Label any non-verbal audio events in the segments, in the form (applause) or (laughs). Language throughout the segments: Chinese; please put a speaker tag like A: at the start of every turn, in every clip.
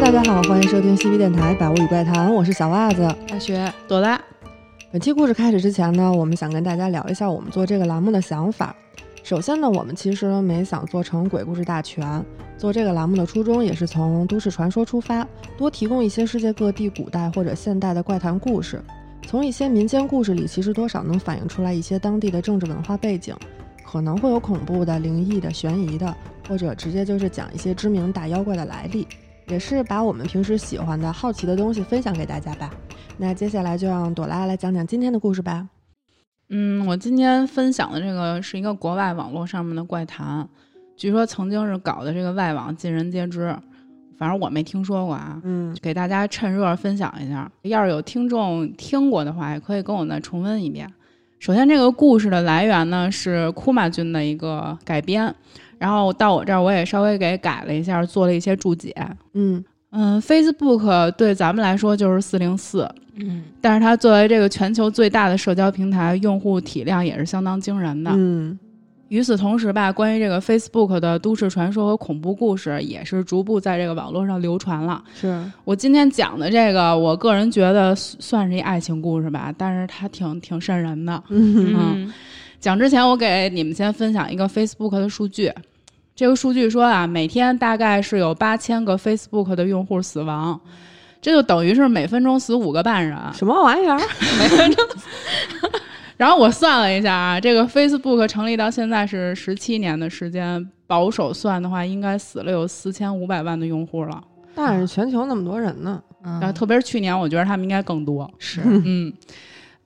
A: 大家好，欢迎收听西皮电台《百物语怪谈》，我是小袜子。
B: 大学朵拉，
A: 本期故事开始之前呢，我们想跟大家聊一下我们做这个栏目的想法。首先呢，我们其实没想做成鬼故事大全，做这个栏目的初衷也是从都市传说出发，多提供一些世界各地古代或者现代的怪谈故事。从一些民间故事里，其实多少能反映出来一些当地的政治文化背景，可能会有恐怖的、灵异的、悬疑的，或者直接就是讲一些知名大妖怪的来历，也是把我们平时喜欢的、好奇的东西分享给大家吧。那接下来就让朵拉来讲讲今天的故事吧。
B: 嗯，我今天分享的这个是一个国外网络上面的怪谈，据说曾经是搞的这个外网尽人皆知，反正我没听说过啊，
A: 嗯，
B: 给大家趁热分享一下。要是有听众听过的话，也可以跟我再重温一遍。首先，这个故事的来源呢是库马君的一个改编，然后到我这儿我也稍微给改了一下，做了一些注解。
A: 嗯
B: 嗯，Facebook 对咱们来说就是四零四，
A: 嗯
B: 但是它作为这个全球最大的社交平台，用户体量也是相当惊人的。
A: 嗯
B: 与此同时吧，关于这个 Facebook 的都市传说和恐怖故事，也是逐步在这个网络上流传了。
A: 是
B: 我今天讲的这个，我个人觉得算是一爱情故事吧，但是它挺挺瘆人的。
A: 嗯
B: 嗯，讲之前，我给你们先分享一个 Facebook 的数据。这个数据说啊，每天大概是有八千个 Facebook 的用户死亡，这就等于是每分钟死五个半人。
A: 什么玩意儿？
B: 然后我算了一下啊，这个 Facebook 成立到现在是十七年的时间，保守算的话，应该死了有四千五百万的用户了。
A: 但是全球那么多人呢，
B: 然后
C: 嗯，
B: 特别是去年，我觉得他们应该更多。
C: 是，
B: 嗯，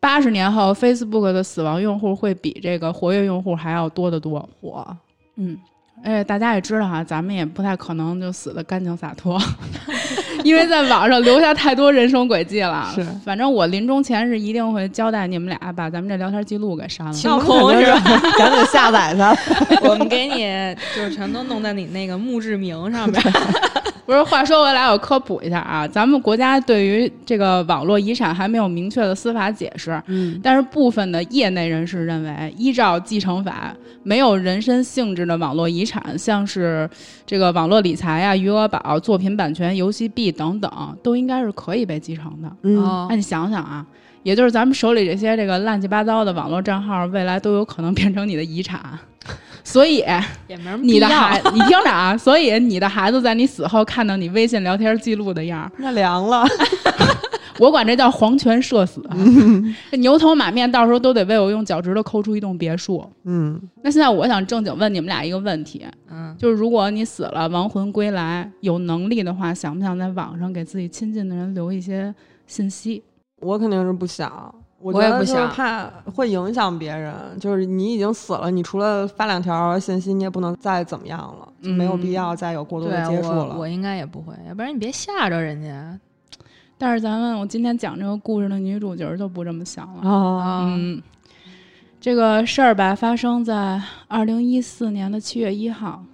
B: 八十年后，Facebook 的死亡用户会比这个活跃用户还要多得多。
A: 火
B: 嗯，哎，大家也知道哈，咱们也不太可能就死的干净洒脱， (laughs) 因为在网上留下太多人生轨迹了。
A: 是
B: 反正我临终前是一定会交代你们俩把咱们这聊天记录给删了。
C: 跳空是吧？
A: (laughs) 赶紧下载
C: (laughs)
A: 它。
C: 我们给你就是全都弄在你那个墓志铭上 (laughs) 面。
B: 不是，话说回来，我科普一下啊，咱们国家对于这个网络遗产还没有明确的司法解释，
A: 嗯
B: 但是部分的业内人士认为，依照继承法，没有人身性质的网络遗产，像是这个网络理财呀、余额宝、作品版权、游戏币等等，都应该是可以被继承的。
A: 嗯，
C: 哦
B: 那、，你想想啊，也就是咱们手里这些这个乱七八糟的网络账号，未来都有可能变成你的遗产，所以。
C: 也没什么
B: 你的
C: 必要
B: 孩，你听着啊，所以你的孩子在你死后看到你微信聊天记录的样儿，
A: 那凉了。
B: 我管这叫皇权社死。这牛头马面，到时候都得为我用脚趾头抠出一栋别墅。
A: 嗯，
B: 那现在我想正经问你们俩一个问题，
C: 嗯，
B: 就是如果你死了，亡魂归来，有能力的话，想不想在网上给自己亲近的人留一些信息？
A: 我肯定是不想。我
C: 我
A: 觉
C: 也
A: 得
C: 不
A: 就是
C: 想
A: 怕会影响别人。就是你已经死了，你除了发两条信息，你也不能再怎么样了，就没有
B: 嗯
A: 必要再有过多
C: 对
A: 的接触
C: 我我
A: 了。
C: 应该也不会，要不然你别吓着人家
B: 但是咱们我今天讲这个故事的女主角就不这么想了。
A: 啊，
C: 啊。
B: 嗯，这个事儿吧，发生在二零一四年的七月一号。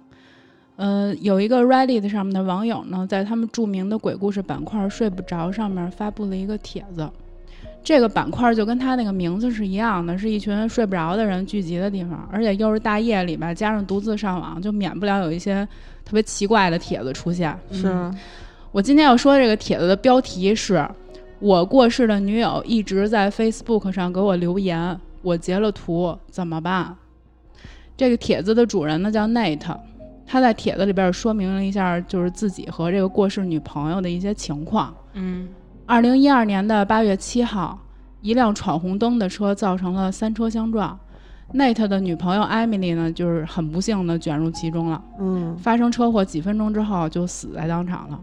B: 呃，有一个 Reddit 上面的网友呢，在他们著名的鬼故事板块“睡不着”上面发布了一个帖子。这个板块就跟他那个名字是一样的，是一群睡不着的人聚集的地方，而且又是大夜里吧，加上独自上网，就免不了有一些特别奇怪的帖子出现。
C: 嗯
A: 是啊
B: 我今天要说这个帖子的标题是：我过世的女友一直在 Facebook 上给我留言，我截了图怎么办？这个帖子的主人呢叫 Nate，他在帖子里边说明了一下，就是自己和这个过世女朋友的一些情况。
C: 嗯
B: 二零一二年的八月七号，一辆闯红灯的车造成了三车相撞，Nate 的女朋友艾米丽呢，就是很不幸的卷入其中了。
A: 嗯
B: 发生车祸几分钟之后就死在当场了。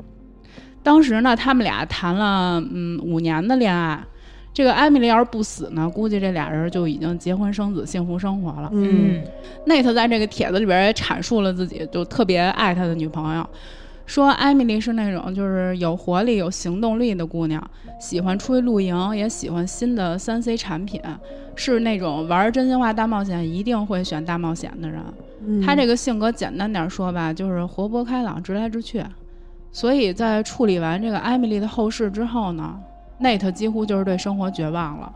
B: 当时呢，他们俩谈了嗯五年的恋爱。这个艾米丽要是不死呢，估计这俩人就已经结婚生子，幸福生活了。
A: 嗯，
B: 内特在这个帖子里边也阐述了自己就特别爱他的女朋友，说艾米丽是那种就是有活力、有行动力的姑娘，喜欢出去露营，也喜欢新的三 C 产品，是那种玩真心话大冒险一定会选大冒险的人。
A: 嗯
B: 他这个性格，简单点说吧，就是活泼开朗、直来直去。所以在处理完这个艾米丽的后事之后呢，内特几乎就是对生活绝望了。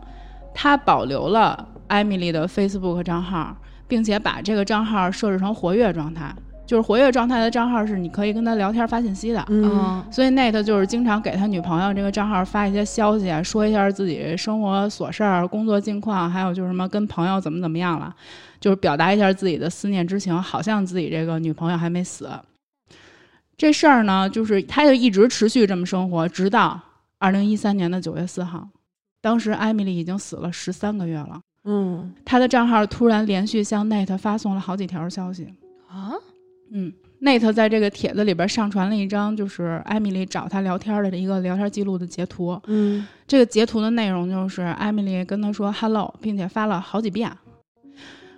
B: 他保留了艾米丽的 Facebook 账号，并且把这个账号设置成活跃状态，就是活跃状态的账号是你可以跟他聊天发信息的。
A: 嗯，
C: 嗯
B: 所以 Nate 就是经常给他女朋友这个账号发一些消息啊，说一下自己生活琐事儿、工作近况，还有就是什么跟朋友怎么怎么样了，就是表达一下自己的思念之情，好像自己这个女朋友还没死。这事儿呢，就是他就一直持续这么生活，直到二零一三年的九月四号，当时艾米丽已经死了十三个月了，
A: 嗯，
B: 他的账号突然连续向 Nate 发送了好几条消息。
C: 啊，
B: 嗯，Nate 在这个帖子里边上传了一张就是艾米丽找他聊天的一个聊天记录的截图。
A: 嗯，
B: 这个截图的内容就是艾米丽跟他说 “hello”，并且发了好几遍。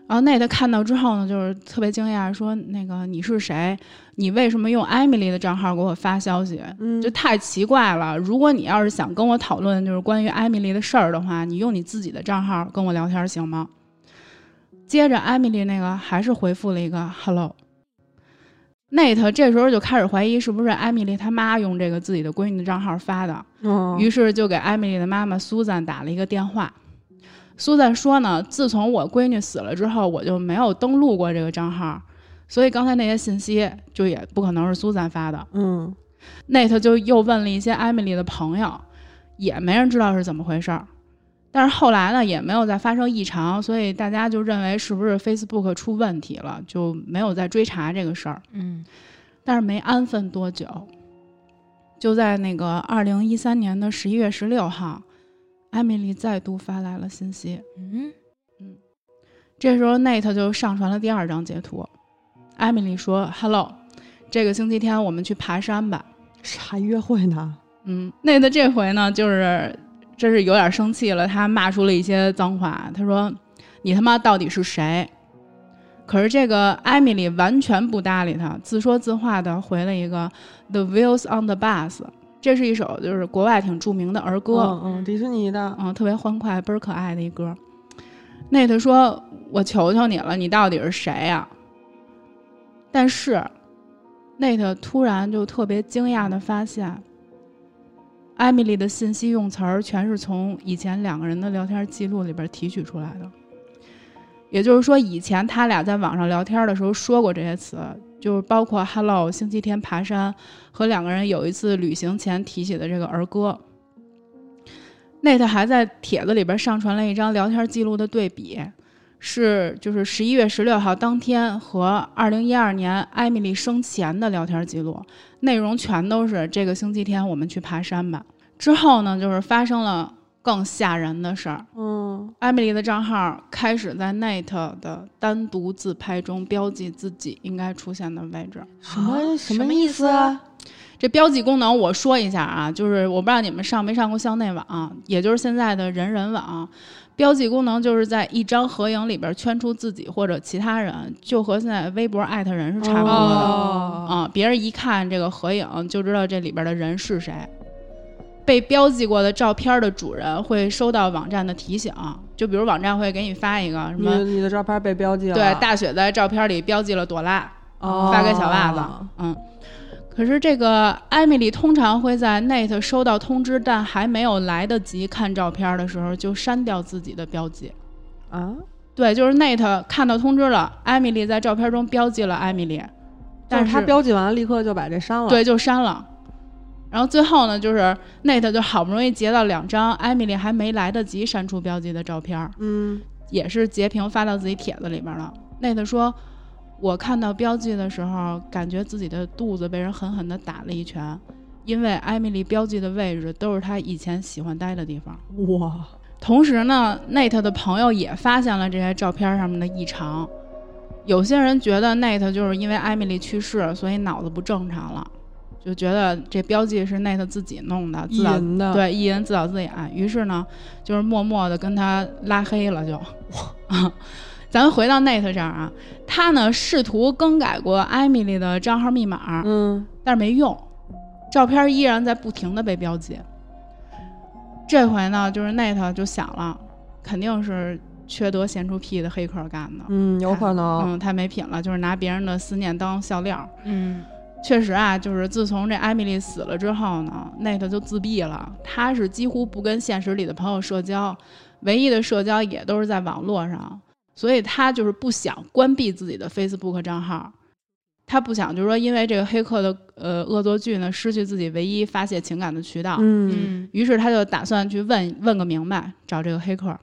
B: 然后 Nate 看到之后呢，就是特别惊讶，说：“那个你是谁？你为什么用艾米丽的账号给我发消息？
A: 嗯，
B: 就太奇怪了。如果你要是想跟我讨论就是关于艾米丽的事儿的话，你用你自己的账号跟我聊天行吗？接着，艾米丽那个还是回复了一个 “hello”。Nate 这时候就开始怀疑是不是艾米丽他妈用这个自己的闺女的账号发的，
A: 嗯，
B: 于是就给艾米丽的妈妈苏赞打了一个电话。苏赞说呢，自从我闺女死了之后，我就没有登录过这个账号，所以刚才那些信息就也不可能是苏赞发的。
A: 嗯，
B: Nate 就又问了一些艾米丽的朋友，也没人知道是怎么回事儿。但是后来呢，也没有再发生异常，所以大家就认为是不是 Facebook 出问题了，就没有再追查这个事儿。
C: 嗯
B: 但是没安分多久，就在那个二零一三年的十一月十六号，艾米丽再度发来了信息。
C: 嗯，
B: 这时候 Nate 就上传了第二张截图，艾米丽说：“Hello，这个星期天我们去爬山吧。”
A: 是还约会呢，
B: 嗯，那的这回呢，就是真是有点生气了，他骂出了一些脏话。他说：“你他妈到底是谁？”可是这个艾米丽完全不搭理他，自说自话的回了一个 “The wheels on the bus”，这是一首就是国外挺著名的儿歌。
A: 嗯嗯，迪士尼的，
B: 嗯，特别欢快，倍儿可爱的一歌。那他说：“我求求你了，你到底是谁呀、但是，那他突然就特别惊讶的发现，艾米丽的信息用词儿全是从以前两个人的聊天记录里边提取出来的。也就是说，以前他俩在网上聊天的时候说过这些词，就是包括 “hello”、星期天爬山和两个人有一次旅行前提起的这个儿歌。Nate 还在帖子里边上传了一张聊天记录的对比，是就是十一月十六号当天和二零一二年艾米丽生前的聊天记录，内容全都是这个星期天我们去爬山吧。之后呢，就是发生了更吓人的事儿，
A: 嗯，
B: 艾米丽的账号开始在 Nate 的单独自拍中标记自己应该出现的位置。
A: 什么
C: 啊
A: 么
C: 么
A: 意
C: 思
A: 啊？？
B: 这标记功能我说一下啊，就是我不知道你们上没上过校内网、啊也就是现在的人人网。标记功能就是在一张合影里边圈出自己或者其他人，就和现在微博艾特
A: 啊
B: 人是嗯差不多的。
C: 哦，
B: 啊，别人一看这个合影就知道这里边的人是谁。被标记过的照片的主人会收到网站的提醒，就比如网站会给你发一个嗯什
A: 你
B: 么，
A: 你的照片被标记了，
B: 对，大雪在照片里标记了朵拉，
A: 哦
B: 发给小袜子，嗯。可是这个艾米丽通常会在 Nate 收到通知但还没有来得及看照片的时候就删掉自己的标记。
A: 啊，
B: 对，就是 Nate 看到通知了，艾米丽在照片中标记了艾米丽，但
A: 就是他标记完了，立刻就把这删了，，
B: 对就删了。然后最后呢，就是 Nate 就好不容易截到两张艾米丽还没来得及删除标记的照片，
A: 嗯，
B: 也是截屏发到自己帖子里边了。Nate 说：“我看到标记的时候，感觉自己的肚子被人狠狠地打了一拳，因为艾米丽标记的位置都是她以前喜欢待的地方。
A: 哇，
B: 同时呢，Nate 的朋友也发现了这些照片上面的异常。有些人觉得 Nate 就是因为艾米丽去世，所以脑子不正常了，就觉得这标记是 Nate 自己弄的，
A: 意
B: 自导
A: 淫的，，
B: 对，一人自导自演。于是呢，就是默默的跟他拉黑了就， (laughs) 啊，咱们回到 Nate 这儿啊，他呢试图更改过艾米丽的账号密码，
A: 嗯，
B: 但是没用，照片依然在不停的被标记。这回呢，就是 Nate 就想了，肯定是缺德闲出屁的黑客干的。
A: 嗯，有可能，
B: 嗯，太没品了，就是拿别人的思念当笑料。
C: 嗯
B: 确实啊，就是自从这艾米丽死了之后呢，Nate 就自闭了。他是几乎不跟现实里的朋友社交，唯一的社交也都是在网络上，所以他就是不想关闭自己的 Facebook 账号。他不想就是说因为这个黑客的呃恶作剧呢，失去自己唯一发泄情感的渠道，
A: 嗯，
C: 嗯
B: 于是他就打算去问问个明白，找这个黑客。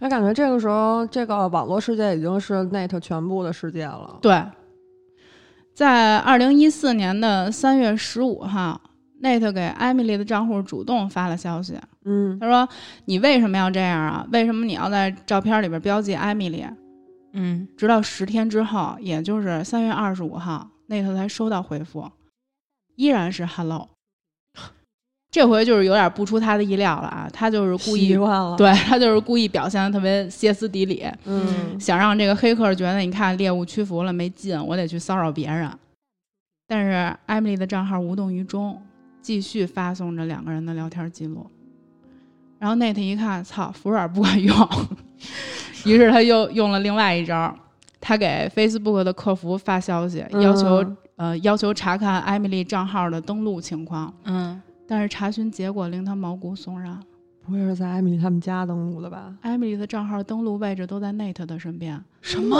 A: 那感觉这个时候，这个网络世界已经是 Net 全部的世界了。
B: 对，在二零一四年的三月十五号，Nate 给艾米丽的账户主动发了消息，
A: 嗯
B: 他说：“你为什么要这样啊？为什么你要在照片里边标记艾米丽？”
C: 嗯
B: 直到十天之后，也就是三月二十五号，内特才收到回复，依然是 “hello”。这回就是有点不出他的意料了啊，他就是故
A: 习
B: 意，
A: 惯了。，
B: 对他就是故意表现的特别歇斯底里，
A: 嗯
B: 想让这个黑客觉得你看猎物屈服了没劲，我得去骚扰别人。但是艾米丽的账号无动于衷，继续发送着两个人的聊天记录。然后内特一看，操，福尔不管用，于是他又用了另外一招，他给 Facebook 的客服发消息，要求、
A: 嗯
B: 呃要求查看艾米丽账号的登录情况。
C: 嗯，
B: 但是查询结果令他毛骨悚然，
A: 不会是在艾米丽他们家登录的吧？
B: 艾米丽的账号登录位置都在内特的身边。
A: 什么？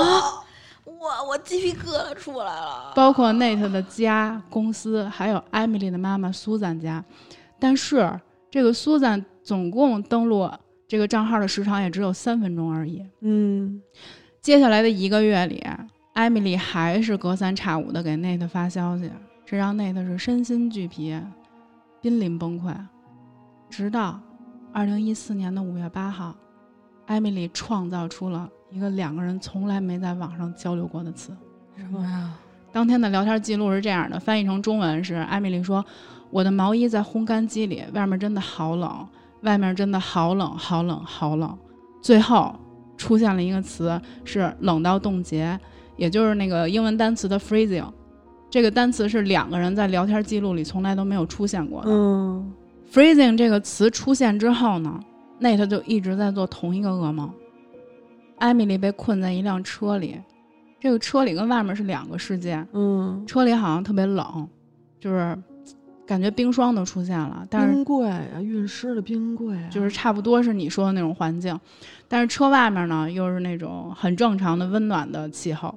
D: 我我鸡皮疙瘩出来了。
B: 包括 Nate 的家、公司，还有艾米丽的妈妈苏赞家。但是这个苏赞总共登录这个账号的时长也只有三分钟而已。
A: 嗯，
B: 接下来的一个月里，艾米丽还是隔三差五的给 Nate 发消息，这让 Nate 是身心俱疲，濒临崩溃。直到2014年的5月8号，艾米丽创造出了一个两个人从来没在网上交流过的词。
C: 什么呀？
B: 当天的聊天记录是这样的，翻译成中文是：艾米丽说：“我的毛衣在烘干机里，外面真的好冷，外面真的好冷，好冷，好冷。”最后出现了一个词是“冷到冻结”，也就是那个英文单词的 freezing。这个单词是两个人在聊天记录里从来都没有出现过的。
A: 嗯，
B: freezing 这个词出现之后呢，Nate 就一直在做同一个噩梦。艾米丽被困在一辆车里，这个车里跟外面是两个世界。
A: 嗯，
B: 车里好像特别冷，就是感觉冰霜都出现了，但是
A: 冰柜啊，运尸的冰柜啊，
B: 就是差不多是你说的那种环境，但是车外面呢又是那种很正常的温暖的气候。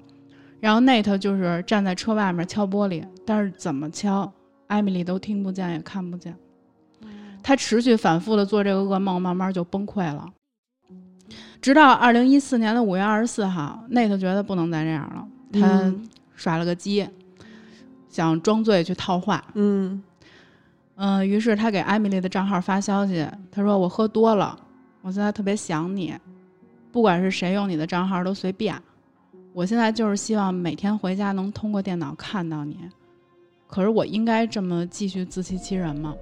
B: 然后 Nate 就是站在车外面敲玻璃，但是怎么敲，艾米丽都听不见也看不见。他持续反复的做这个噩梦，慢慢就崩溃了。直到二零一四年的五月二十四号，Nate 觉得不能再这样了，他
A: 嗯
B: 耍了个鸡，想装醉去套话。
A: 嗯
B: 嗯，于是他给艾米丽的账号发消息，他说：“我喝多了，我现在特别想你，不管是谁用你的账号都随便。我现在就是希望每天回家能通过电脑看到你。可是我应该这么继续自欺欺人吗？”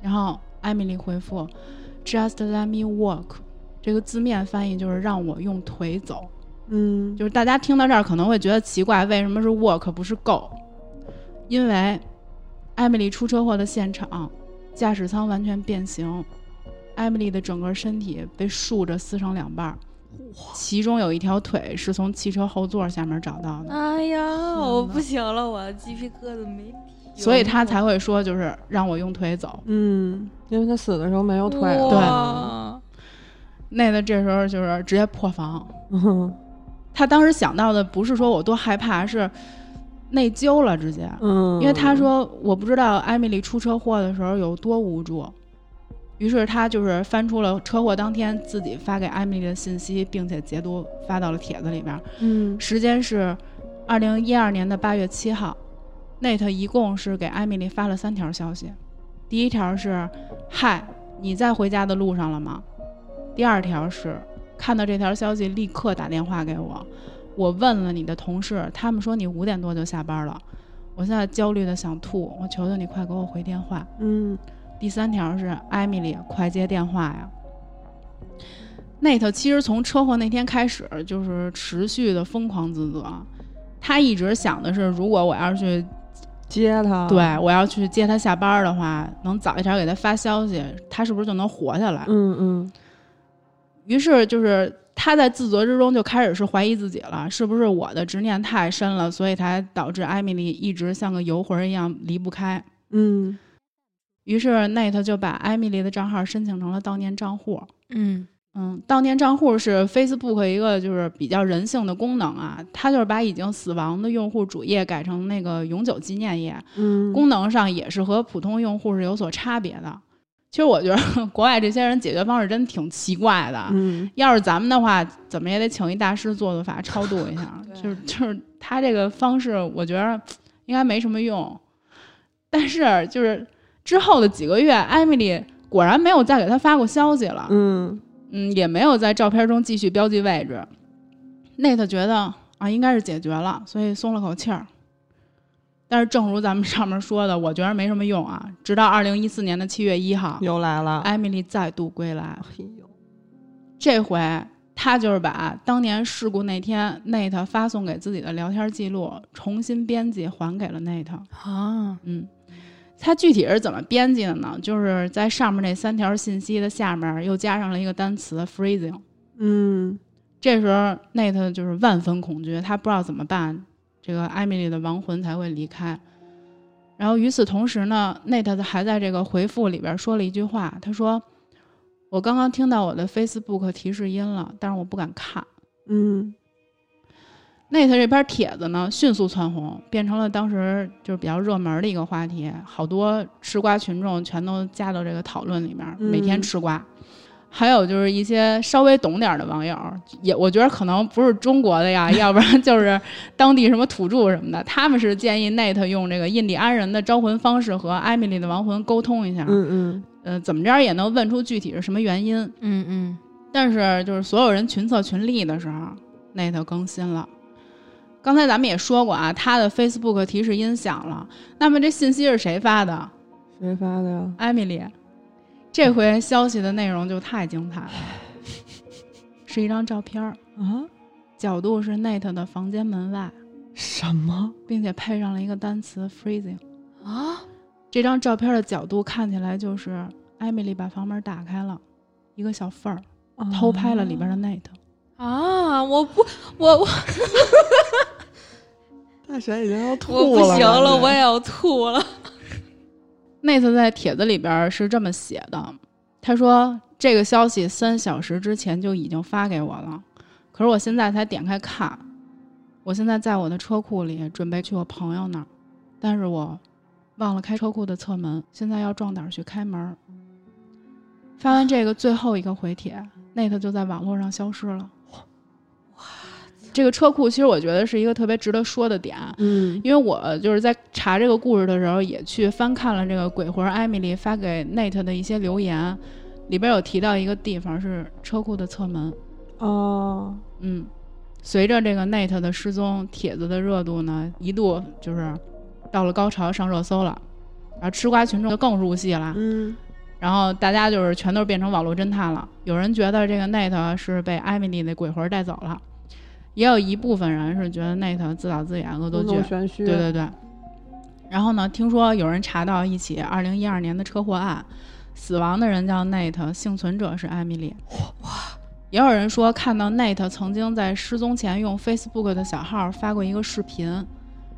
B: 然后艾米丽回复：“Just let me walk。”这个字面翻译就是让我用腿走。
A: 嗯，
B: 就是大家听到这儿可能会觉得奇怪，为什么是 walk 不是 go？因为艾米丽出车祸的现场，驾驶舱完全变形，艾米丽的整个身体被竖着撕成两半儿，其中有一条腿是从汽车后座下面找到的，
D: 哎呀，我
A: 呐
D: 不行了，我鸡皮疙瘩没
C: 嗯
D: 停。
B: 所以她才会说就是让我用腿走。
A: 嗯，因为他死的时候没有腿了，
C: 哇，
B: 内的这时候就是直接破防，
A: 嗯
B: 她当时想到的不是说我多害怕，是内疚了直接。
A: 嗯，
B: 因为他说我不知道艾米丽出车祸的时候有多无助，于是他就是翻出了车祸当天自己发给艾米丽的信息，并且截图发到了帖子里边。
A: 嗯，
B: 时间是二零一二年的八月七号，Nate 一共是给艾米丽发了三条消息，第一条是“嗨，你在回家的路上了吗？”第二条是看到这条消息立刻打电话给我，我问了你的同事，他们说你五点多就下班了，我现在焦虑的想吐，我求求你快给我回电话。
A: 嗯
B: 第三条是艾米丽，快接电话呀。Nate 其实从车祸那天开始，就是持续的疯狂自责。他一直想的是，如果我要去，
A: 接他，
B: 对我要去接他下班的话，能早一点给他发消息，他是不是就能活下来？
A: 嗯嗯
B: 于是就是他在自责之中就开始是怀疑自己了，是不是我的执念太深了，所以才导致艾米丽一直像个游魂儿一样离不开？
A: 嗯
B: 于是 Nate 就把艾米丽的账号申请成了悼念账户。
C: 嗯
B: 嗯，悼念账户是 Facebook 一个就是比较人性的功能啊，它就是把已经死亡的用户主页改成那个永久纪念页，
A: 嗯
B: 功能上也是和普通用户是有所差别的。其实我觉得 (laughs) 国外这些人解决方式真挺奇怪的，
A: 嗯
B: 要是咱们的话，怎么也得请一大师做做法，超度一下。
D: 对
B: 就是就是他这个方式，我觉得应该没什么用。但是就是之后的几个月，艾米丽果然没有再给他发过消息了，
A: 嗯
B: 嗯也没有在照片中继续标记位置。内特觉得啊，应该是解决了，所以松了口气儿。但是正如咱们上面说的，我觉得没什么用啊。直到二零一四年的七月一号，
A: 又来了，
B: 艾米丽再度归来。
A: 哎呦，
B: 这回他就是把当年事故那天 Nate 发送给自己的聊天记录重新编辑还给了 Nate。
C: 啊，
B: 嗯，他具体是怎么编辑的呢？就是在上面那三条信息的下面又加上了一个单词 freezing。
A: 嗯
B: 这时候 Nate 就是万分恐惧，他不知道怎么办，这个艾米丽的亡魂才会离开。然后与此同时呢，Nate 还在这个回复里边说了一句话，他说：“我刚刚听到我的 Facebook 提示音了，但是我不敢看。
A: 嗯
B: Nate 这篇帖子呢，迅速窜红，变成了当时就是比较热门的一个话题，好多吃瓜群众全都加到这个讨论里面，
A: 嗯
B: 每天吃瓜。还有就是一些稍微懂点儿的网友，也我觉得可能不是中国的呀，要不然就是当地什么土著什么的，他们是建议 Nate 用这个印第安人的招魂方式和艾米丽的亡魂沟通一下，
A: 嗯嗯
B: 呃，怎么着也能问出具体是什么原因。
C: 嗯嗯，
B: 但是就是所有人群策群力的时候，Nate 更新了。刚才咱们也说过啊，他的 Facebook 提示音响了。那么这信息是谁发的？
A: 谁发的呀？
B: 艾米丽。这回消息的内容就太精彩了， (laughs) 是一张照片儿，
A: 啊？
B: 角度是 Nate 的房间门外，
A: 什么？
B: 并且配上了一个单词 freezing。
D: 啊，
B: 这张照片的角度看起来就是艾米丽把房门打开了，一个小缝儿，偷拍了里边的 Nate。
D: 啊，我不，我我
A: 大神已经要吐了，
D: 我不行了，
A: 感觉
D: 我也要吐
C: (laughs)
D: 了。
B: 那次在帖子里边是这么写的，他说这个消息三小时之前就已经发给我了，可是我现在才点开看，我现在在我的车库里准备去我朋友那儿，但是我忘了开车库的侧门，现在要壮胆儿去开门儿。发完这个最后一个回帖，Nate 就在网络上消失了。这个车库其实我觉得是一个特别值得说的点，
A: 嗯
B: 因为我就是在查这个故事的时候，也去翻看了这个鬼魂艾米丽发给 Nate 的一些留言，里边有提到一个地方是车库的侧门。
A: 哦，
B: 嗯，随着这个 Nate 的失踪，帖子的热度呢一度就是到了高潮，上热搜了，然后吃瓜群众就更入戏了。
A: 嗯
B: 然后大家就是全都变成网络侦探了。有人觉得这个 Nate 是被艾米丽的鬼魂带走了，也有一部分人是觉得 Nate 自导自演恶作
A: 故
B: 剧
A: 弄。玄虚，
B: 对对对。然后呢，听说有人查到一起2012年的车祸案，死亡的人叫 Nate，幸存者是艾米丽。哇！也有人说看到 Nate 曾经在失踪前用 Facebook 的小号发过一个视频，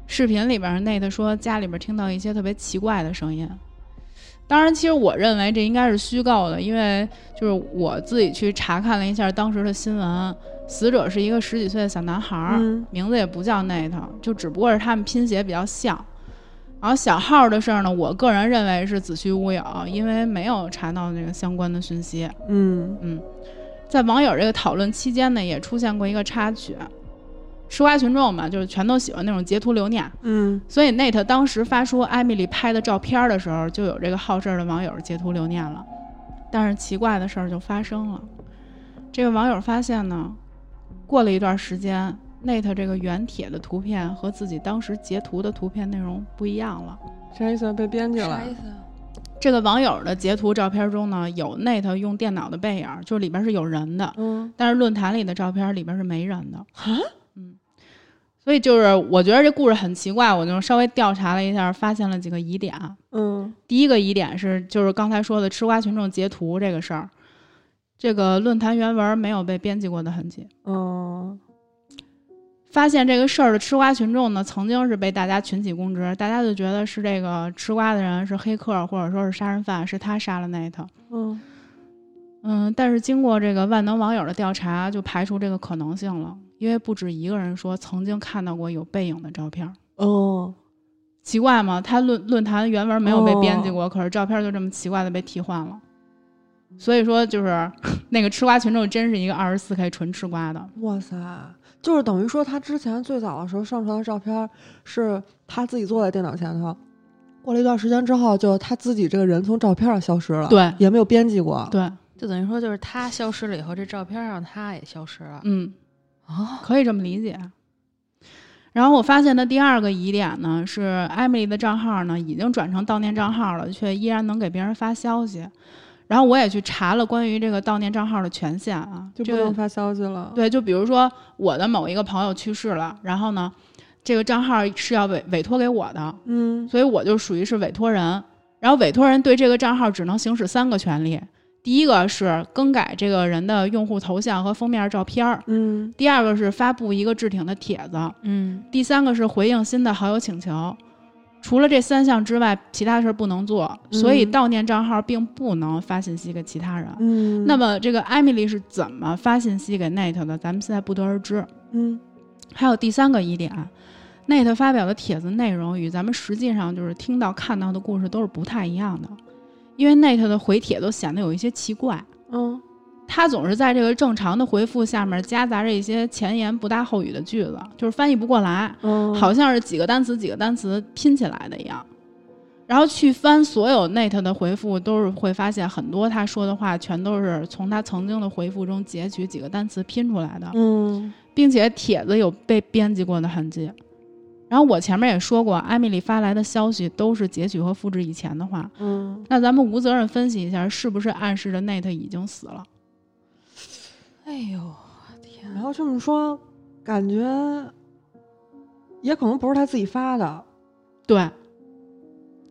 B: 视频里边 Nate 说家里边听到一些特别奇怪的声音。当然，其实我认为这应该是虚构的，因为就是我自己去查看了一下当时的新闻，死者是一个十几岁的小男孩儿，
A: 嗯
B: 名字也不叫 Nate，就只不过是他们拼写比较像。然后小号的事儿呢，我个人认为是子虚乌有，因为没有查到那个相关的讯息。
A: 嗯
B: 嗯，在网友这个讨论期间呢，也出现过一个插曲，吃瓜群众嘛，就是全都喜欢那种截图留念，
A: 嗯
B: 所以 Nate 当时发出艾米丽拍的照片的时候，就有这个好事儿的网友截图留念了。但是奇怪的事儿就发生了，这个网友发现呢，过了一段时间，Nate 这个原帖的图片和自己当时截图的图片内容不一样了。
A: 啥意思？被编辑
D: 啥
A: 了
D: 意？思啊？
B: 这个网友的截图照片中呢，有 Nate 用电脑的背影，就是里边是有人的，
A: 嗯
B: 但是论坛里的照片里边是没人的。嗯，所以就是我觉得这故事很奇怪，我就稍微调查了一下，发现了几个疑点。啊
A: 嗯
B: 第一个疑点是，就是刚才说的吃瓜群众截图这个事儿，这个论坛原文没有被编辑过的痕迹。
A: 嗯
B: 发现这个事儿的吃瓜群众呢，曾经是被大家群起攻之，大家就觉得是这个吃瓜的人是黑客，或者说是杀人犯，是他杀了 Nate。
A: 嗯
B: 嗯，但是经过这个万能网友的调查，就排除这个可能性了，因为不止一个人说曾经看到过有背影的照片儿。
A: 哦，
B: 奇怪吗？他论论坛原文没有被编辑过，可是照片就这么奇怪的被替换了。所以说，就是那个吃瓜群众真是一个二十四 K 纯吃瓜的。
A: 哇塞，就是等于说他之前最早的时候上传的照片是他自己坐在电脑前头，过了一段时间之后，就他自己这个人从照片上消失了，，
B: 对
A: 也没有编辑过，
B: 对，
C: 就等于说，就是他消失了以后，这照片让他也消失了。
B: 嗯，
C: 哦，
B: 可以这么理解。然后我发现的第二个疑点呢，是艾米丽的账号呢已经转成悼念账号了，却依然能给别人发消息。然后我也去查了关于这个悼念账号的权限啊，
A: 就
B: 这
A: 不
B: 个
A: 能发消息了。，
B: 对，就比如说我的某一个朋友去世了，然后呢，这个账号是要委委托给我的，
A: 嗯，
B: 所以我就属于是委托人。然后委托人对这个账号只能行使三个权利：第一个是更改这个人的用户头像和封面照片儿；
A: 嗯，
B: 第二个是发布一个置顶的帖子；
C: 嗯，
B: 第三个是回应新的好友请求。除了这三项之外，其他事儿不能做，所以
A: 嗯
B: 悼念账号并不能发信息给其他人。
A: 嗯，
B: 那，么这个艾米丽是怎么发信息给 Nate 的？咱们现在不得而知。
A: 嗯，
B: 还有第三个疑点，Nate 啊发表的帖子内容与咱们实际上就是听到看到的故事都是不太一样的，因为 Nate 的回帖都显得有一些奇怪。
A: 嗯，
B: 他总是在这个正常的回复下面夹杂着一些前言不搭后语的句子，就是翻译不过来。
A: 嗯，
B: 好像是几个单词几个单词拼起来的一样。然后去翻所有 Nate 的回复，都是会发现很多他说的话全都是从他曾经的回复中截取几个单词拼出来的，
A: 嗯，
B: 并且帖子有被编辑过的痕迹。然后我前面也说过，艾米丽发来的消息都是截取和复制以前的话。
A: 嗯，
B: 那咱们无责任分析一下，是不是暗示着 Nate 已经死了？
C: 哎呦，啊
A: 然后这么说，感觉也可能不是他自己发的，
B: 对。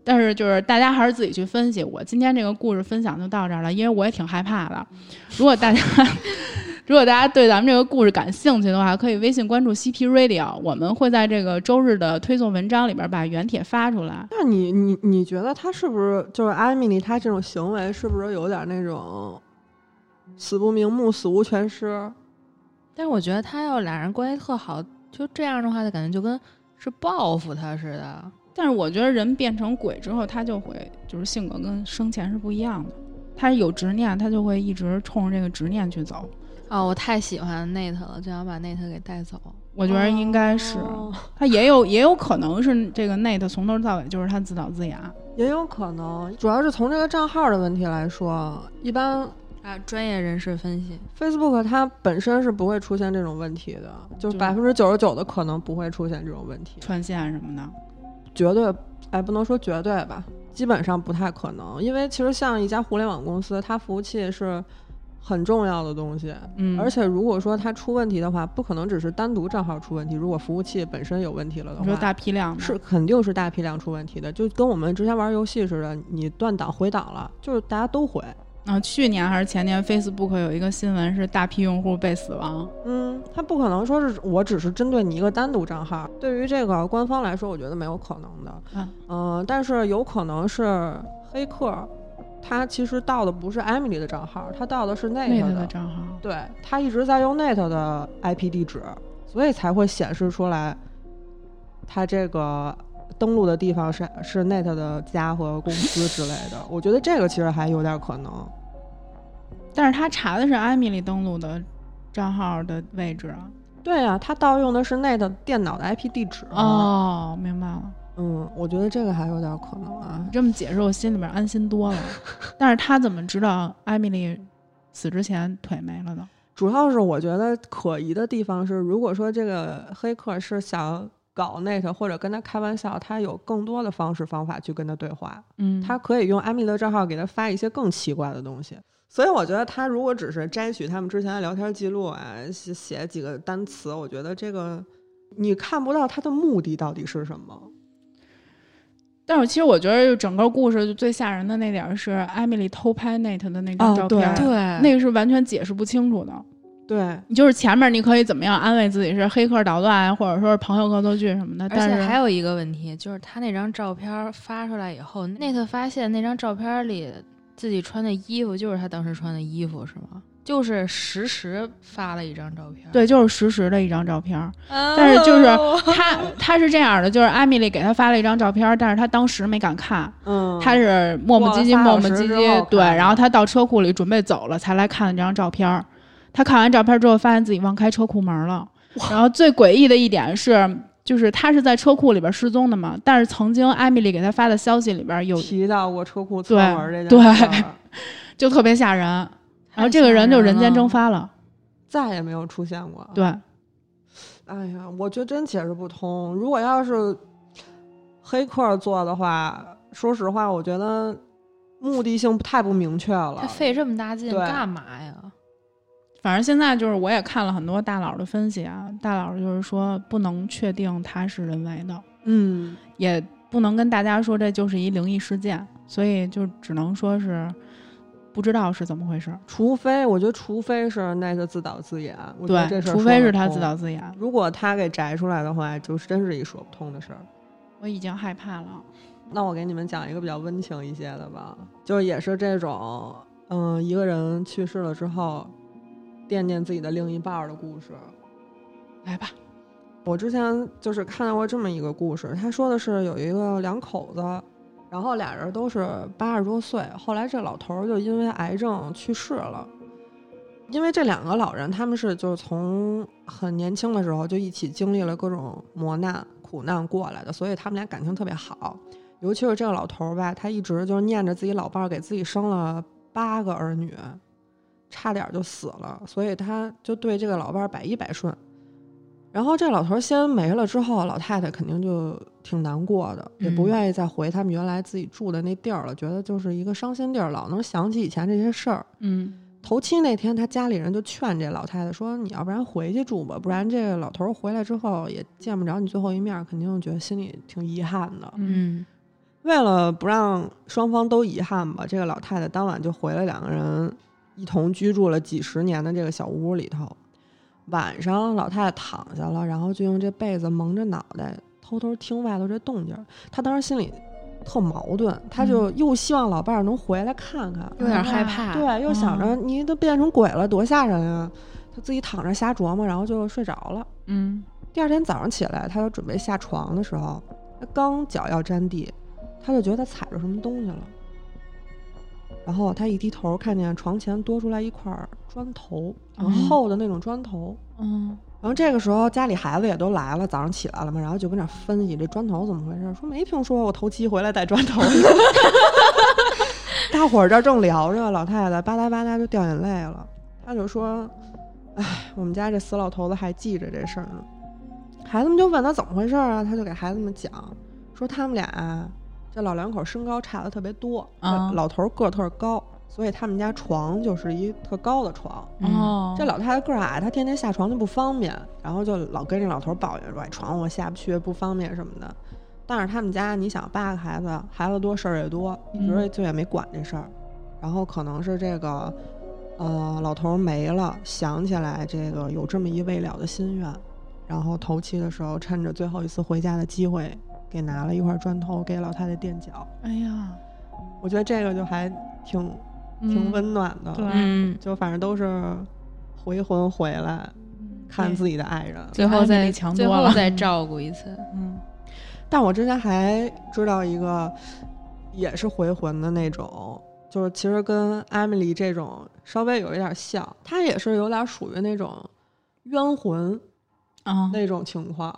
B: 但是就是大家还是自己去分析。我今天这个故事分享就到这儿了，因为我也挺害怕的。如果大家 (laughs) 如果大家对咱们这个故事感兴趣的话，可以微信关注 CP Radio，我们会在这个周日的推送文章里边把原帖发出来。
A: 那你你你觉得他是不是就是艾米丽？她这种行为是不是有点那种死不瞑目、死无全尸？
C: 但是我觉得他要俩人关系特好，就这样的话，就感觉就跟是报复他似的。
B: 但是我觉得人变成鬼之后，他就会就是性格跟生前是不一样的。他有执念，他就会一直冲着这个执念去走。
C: 哦，我太喜欢 Nate 了，就想把 Nate 给带走。
B: 我觉得应该是，
A: 哦
B: 他也有也有可能是这个 Nate 从头到尾就是他自导自演。
A: 也有可能，主要是从这个账号的问题来说，一般
C: 啊，专业人士分析，
A: Facebook 它本身是不会出现这种问题的，就是
B: 对
A: 百分之九十九的可能不会出现这种问题，
B: 穿线什么的。
A: 绝对，哎，不能说绝对吧，基本上不太可能，因为其实像一家互联网公司，它服务器是很重要的东西，
B: 嗯
A: 而且如果说它出问题的话，不可能只是单独账号出问题。如果服务器本身有问题了的
B: 你说
A: 话，
B: 大批量的
A: 是肯定是大批量出问题的，就跟我们之前玩游戏似的，你断档回档了，就是大家都回。
B: 啊，去年还是前年，Facebook 有一个新闻是大批用户被死亡。
A: 嗯，它不可能说是我只是针对你一个单独账号。对于这个官方来说，我觉得没有可能的。
B: 啊
A: 嗯、但是有可能是黑客，他其实盗的不是艾米丽的账号，他盗的是 Nate
B: Nate 的账号，
A: 对他一直在用 Net 的 IP 地址，所以才会显示出来，他这个登录的地方是是 Net 的家和公司之类的。我觉得这个其实还有点可能。
B: 但是他查的是艾米丽登录的账号的位置啊。
A: 对呀、他盗用的是 Net 电脑的 IP 地址。啊
B: 哦，明白了，
A: 嗯，我觉得这个还有点可能啊
B: 你。这么解释我心里边安心多了。 (laughs) 但是他怎么知道艾米丽死之前腿没了呢？
A: 主要是我觉得可疑的地方是，如果说这个黑客是想搞 Net 或者跟他开玩笑，他有更多的方式方法去跟他对话。
B: 嗯，
A: 他可以用艾米的账号给他发一些更奇怪的东西。所以我觉得他如果只是摘取他们之前的聊天记录啊，写写几个单词，我觉得这个你看不到他的目的到底是什么。
B: 但是其实我觉得整个故事就最吓人的那点儿是艾米丽偷拍 Nate 的那张
A: 哦
B: 照片儿，
A: 对
B: 那个是完全解释不清楚的。
A: 对，
B: 你就是前面你可以怎么样安慰自己是黑客捣乱啊，或者说是朋友恶作剧什么的，
C: 而
B: 但
C: 且
B: 是
C: 还有一个问题，就是他那张照片发出来以后，Nate 发现那张照片里自己穿的衣服就是他当时穿的衣服是吗？就是实时发了一张照片，，
B: 对，就是实时的一张照
A: (laughs)
B: 片儿。
D: 但
B: 是
D: (laughs)
B: 就是他他是这样的，就是艾米丽给他发了一张照片儿，但是他当时没敢看，
A: 嗯，
B: 他是磨磨唧唧
A: 过
B: 磨
A: 了仨
B: 磨
A: 小
B: 唧
A: 时之后
B: 唧，对，
A: 看的
B: 然后他到车库里准备走了，才来看了这张照片儿。他看完照片之后，发现自己忘开车库门了。然后最诡异的一点是，就是他是在车库里边失踪的嘛，但是曾经艾米丽给他发的消息里边有
A: 提到过车库侧
B: 对
A: 门儿这件事儿，
B: 就特别吓人，然后这个人就人间蒸发了。
A: 再也没有出现过。，
B: 对，
A: 哎呀，我觉得真解释不通。如果要是黑客做的话，说实话，我觉得目的性太不明确了
C: 他。费这么大劲
A: 对
C: 干嘛呀？
B: 反正现在就是我也看了很多大佬的分析啊，大佬就是说不能确定他是人为的，
A: 嗯，
B: 也不能跟大家说这就是一灵异事件，所以就只能说是不知道是怎么回事儿。
A: 除非我觉得，除非是那个自导自演，我觉得
B: 对，
A: 这事儿
B: 除非
A: 说
B: 是
A: 得
B: 他
A: 通
B: 自。导自演，
A: 如果他给摘出来的话，就是真是一说不通的事儿。
B: 我已经害怕了。
A: 那我给你们讲一个比较温情一些的吧，就是也是这种，嗯、一个人去世了之后，惦念自己的另一半儿的故事。
B: 来吧，
A: 我之前就是看到过这么一个故事，他说的是有一个两口子，然后俩人都是八十多岁，后来这老头儿就因为癌症去世了。因为这两个老人，他们是就是从很年轻的时候就一起经历了各种磨难、苦难过来的，所以他们俩感情特别好。尤其是这个老头儿吧，他一直就念着自己老伴儿给自己生了八个儿女，差点就死了，所以他就对这个老伴儿百依百顺。然后这老头儿先没了之后，老太太肯定就挺难过的，也不
C: 嗯
A: 愿意再回他们原来自己住的那地儿了，觉得就是一个伤心地儿，老能想起以前这些事儿。
B: 嗯，
A: 头七那天，他家里人就劝这老太太说：“你要不然回去住吧，不然这个老头儿回来之后也见不着你最后一面儿，肯定觉得心里挺遗憾的。”
C: 嗯，
A: 为了不让双方都遗憾吧，这个老太太当晚就回了两个人一同居住了几十年的这个小屋里头。晚上，老太太躺下了，然后就用这被子蒙着脑袋，偷偷听外头这动静儿。她当时心里特矛盾，她就又希望老伴儿能回来看看，
C: 有点害
B: 啊
C: 怕，
A: 对，又想着你都变成鬼了，多吓人啊！她自己躺着瞎琢磨，然后就睡着了。
B: 嗯，
A: 第二天早上起来，他就准备下床的时候，他刚脚要沾地，他就觉得他踩着什么东西了。然后他一低头，看见床前多出来一块砖头，很
B: 嗯
A: 厚的那种砖头。
C: 嗯，
A: 然后这个时候家里孩子也都来了，早上起来了嘛，然后就跟那儿分析这砖头怎么回事，说没听说我头七回来带砖头。 (laughs) 大伙儿这儿正聊着，老太太吧嗒吧嗒就掉眼泪了，她就说：“哎，我们家这死老头子还记着这事儿呢。”孩子们就问他怎么回事儿啊，他就给孩子们讲，说他们俩啊这老两口身高差的特别多，
B: 啊
A: 老头儿个儿特高，所以他们家床就是一特高的床。
C: 哦，
B: 哦，
A: 这老太太个儿矮，她天天下床就不方便，然后就老跟这老头儿抱怨说哎：“床我下不去，不方便什么的。”但是他们家，你想八个孩子，孩子多事儿也多，一直
B: 嗯
A: 就也没管这事儿。然后可能是这个，呃，老头儿没了，想起来这个有这么一未了的心愿，然后头七的时候，趁着最后一次回家的机会，给拿了一块砖头给老太太垫脚。
B: 哎呀，
A: 我觉得这个就还挺挺
B: 嗯
A: 温暖的。
B: 对
C: 嗯，
A: 就反正都是回魂回来
B: 嗯
A: 看自己的爱人。
C: 最后
B: 艾米
C: 再
B: 丽强
C: 最
B: 多了
C: 后再照顾一次，
A: 嗯，但我之前还知道一个也是回魂的那种，就是其实跟艾米丽这种稍微有一点像，她也是有点属于那种冤魂
B: 啊，
A: 那种情况。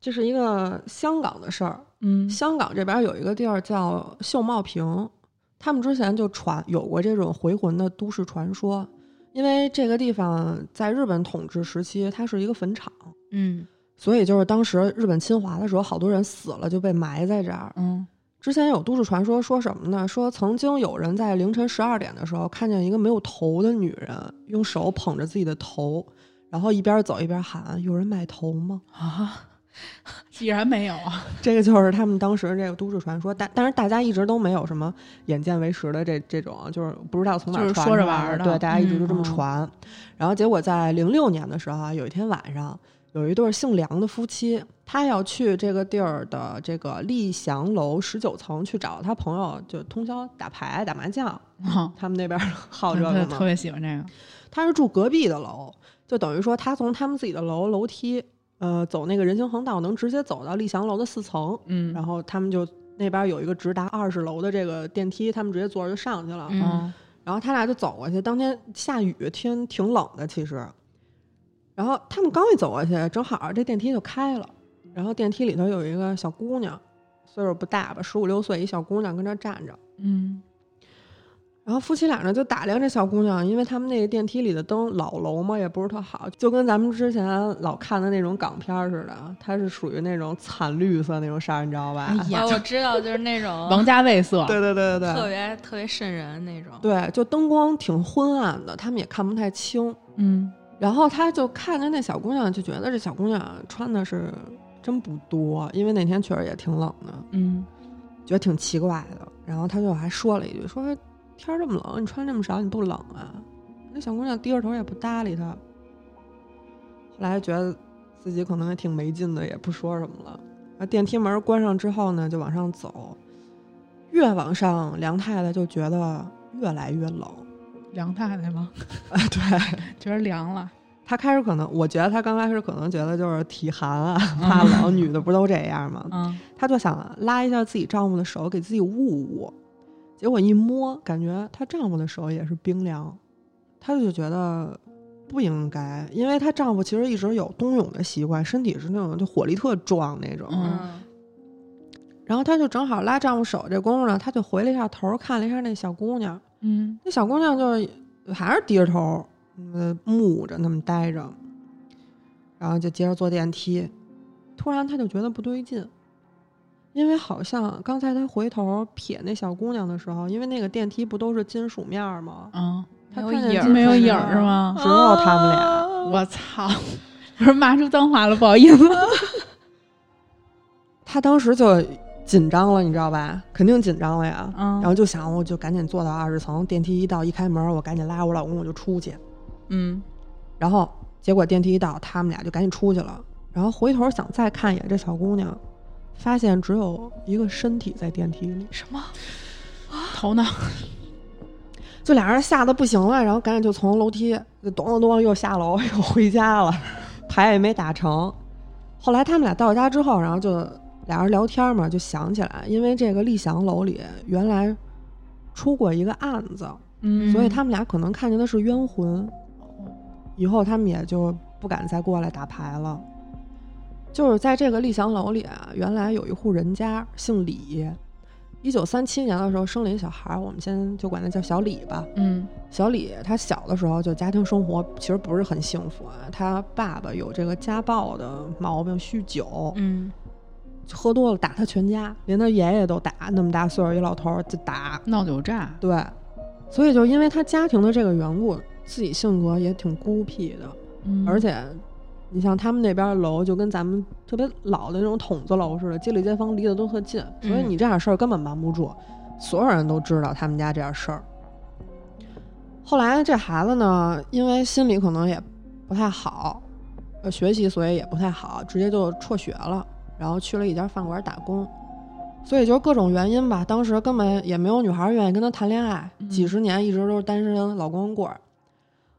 A: 这是一个香港的事儿，
B: 嗯
A: 香港这边有一个地儿叫秀茂坪，他们之前就传有过这种回魂的都市传说，因为这个地方在日本统治时期，它是一个坟场，
C: 嗯，
A: 所以就是当时日本侵华的时候，好多人死了就被埋在这儿。
B: 嗯
A: 之前有都市传说说什么呢？说曾经有人在凌晨十二点的时候看见一个没有头的女人，用手捧着自己的头，然后一边走一边喊：“有人买头吗？”
C: 啊，
B: 既然没有啊，
A: 这个就是他们当时这个都市传说，但但是大家一直都没有什么眼见为实的这这种，就是不知道从哪
B: 就
A: 儿
B: 是
A: 传
B: 说着
A: 出来
B: 玩儿的
A: 对，大家一直就这么
B: 嗯
A: 传。然后结果在零六年的时候啊，有一天晚上，有一对儿姓梁的夫妻，他要去这个地儿的这个丽祥楼十九层去找他朋友，就通宵打牌打麻将。
B: 哦，
A: 他们那边儿 (laughs) 好这
B: 特
A: 个
B: 嗯特
A: 嘛，
B: 别喜欢这个，
A: 他是住隔壁的楼，就等于说他从他们自己的楼楼梯，呃，走那个人行横道能直接走到丽祥楼的四层，
B: 嗯
A: 然后他们就那边有一个直达二十楼的这个电梯，他们直接坐着就上去了。
B: 嗯
A: 然后他俩就走过去，当天下雨，天挺冷的其实。然后他们刚一走过去，正好这电梯就开了，然后电梯里头有一个小姑娘，岁数不大吧，十五六岁，一小姑娘跟那儿站着。
B: 嗯
A: 然后夫妻俩呢就打量这小姑娘，因为他们那个电梯里的灯老楼嘛，也不是特好，就跟咱们之前老看的那种港片儿似的，啊它是属于那种惨绿色那种色儿，你知道吧？
B: 哎呀
D: 啊，我知道，就是那种
B: 王家卫色，
A: 对对对对
D: 特
A: 对，
D: 别特别瘆人那种。
A: 对，就灯光挺昏暗的，他们也看不太清。
B: 嗯
A: 然后他就看着那小姑娘，就觉得这小姑娘穿的是真不多，因为那天确实也挺冷的，
B: 嗯
A: 觉得挺奇怪的。然后他就还说了一句：“说天儿这么冷，你穿这么少，你不冷啊？”那小姑娘低着头也不搭理他。后来觉得自己可能也挺没劲的，也不说什么了。那电梯门关上之后呢，就往上走。越往上，梁太太就觉得越来越冷。
B: 梁太太吗？
A: 啊，对，
B: (laughs) 觉得凉了，
A: 他开始可能，我觉得他刚开始可能觉得就是体寒啊，怕冷，女的不都这样吗？
B: 嗯
A: 他就想拉一下自己丈夫的手，给自己捂捂。结果一摸，感觉她丈夫的手也是冰凉，她就觉得不应该，因为她丈夫其实一直有冬泳的习惯，身体是那种就火力特壮那种。
B: 嗯
D: 嗯，
A: 然后她就正好拉丈夫手这功夫呢，她就回了一下头，看了一下那小姑娘，
B: 嗯
A: 那小姑娘就是还是低着头，呃，木着那么待着，然后就接着坐电梯。突然，她就觉得不对劲，因为好像刚才她回头瞥那小姑娘的时候，因为那个电梯不都是金属面儿吗？
B: 嗯，
A: 她
D: 没有
A: 看见
D: 影儿
A: 金属
B: 没有影
A: 面
B: 儿是？吗？
C: 嗯 (laughs)
A: 只有他们俩。
D: 俩。
B: 我操！不是骂出脏话了，不好意思。
A: 她当时就紧张了，你知道吧？肯定紧张了呀。
B: 嗯
A: 然后就想，我就赶紧坐到二十层，电梯一到一开门，我赶紧拉我老公我就出去。
B: 嗯
A: 然后结果电梯一到，他们俩就赶紧出去了。然后回头想再看一眼这小姑娘，发现只有一个身体在电梯里，
D: 什么？
B: 头呢？
A: 就俩人吓得不行了，然后赶紧就从楼梯就咚咚咚又下楼 (laughs) 又回家了，牌也没打成。后来他们俩到家之后，然后就俩人聊天嘛，就想起来，因为这个丽祥楼里原来出过一个案子，
B: 嗯
A: 所以他们俩可能看见的是冤魂，以后他们也就不敢再过来打牌了。就是在这个丽祥楼里啊，原来有一户人家姓李，一九三七年的时候生了一小孩儿，我们先就管他叫小李吧。
B: 嗯
A: 小李他小的时候就家庭生活其实不是很幸福啊，他爸爸有这个家暴的毛病，酗酒，
B: 嗯
A: 喝多了打他全家，连他爷爷都打，那么大岁数一老头儿就打，
B: 闹酒炸，
A: 对，所以就因为他家庭的这个缘故，自己性格也挺孤僻的，
B: 嗯
A: 而且，你像他们那边儿楼就跟咱们特别老的那种筒子楼似的，街里街坊离得都特近，所以
B: 嗯
A: 你这点事儿根本瞒不住，所有人都知道他们家这点事儿。后来这孩子呢，因为心理可能也不太好，呃，学习所以也不太好，直接就辍学了，然后去了一家饭馆打工。所以就是各种原因吧，当时根本也没有女孩愿意跟他谈恋爱，
B: 嗯
A: 几十年一直都是单身老光棍儿。